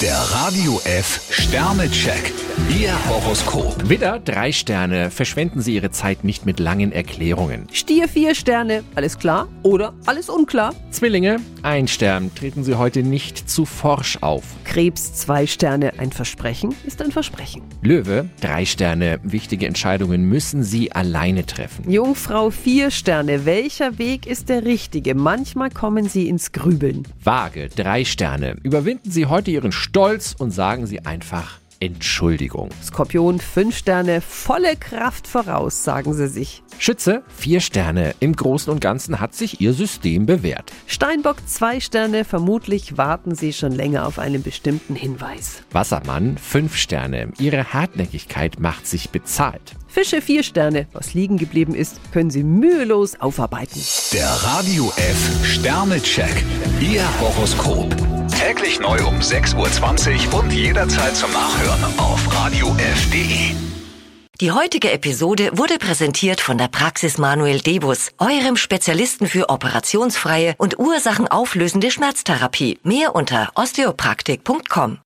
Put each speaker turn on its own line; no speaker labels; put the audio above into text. Der Radio F Sternecheck. Ihr Horoskop.
Widder, drei Sterne. Verschwenden Sie Ihre Zeit nicht mit langen Erklärungen.
Stier vier Sterne, alles klar oder alles unklar.
Zwillinge, ein Stern. Treten Sie heute nicht zu forsch auf.
Krebs zwei Sterne, ein Versprechen ist ein Versprechen.
Löwe, drei Sterne. Wichtige Entscheidungen müssen Sie alleine treffen.
Jungfrau vier Sterne, welcher Weg ist der richtige? Manchmal kommen sie ins Grübeln.
Waage, drei Sterne. Überwinden Sie heute Ihren Stolz und sagen Sie einfach Entschuldigung.
Skorpion fünf Sterne, volle Kraft voraus, sagen sie sich.
Schütze, vier Sterne. Im Großen und Ganzen hat sich Ihr System bewährt.
Steinbock zwei Sterne, vermutlich warten sie schon länger auf einen bestimmten Hinweis.
Wassermann, fünf Sterne. Ihre Hartnäckigkeit macht sich bezahlt.
Fische vier Sterne, was liegen geblieben ist, können sie mühelos aufarbeiten.
Der Radio F Sternecheck. Ihr Horoskop. Täglich neu um 6.20 Uhr und jederzeit zum Nachhören auf Radio radiof.de.
Die heutige Episode wurde präsentiert von der Praxis Manuel Debus, eurem Spezialisten für operationsfreie und ursachenauflösende Schmerztherapie. Mehr unter osteopraktik.com.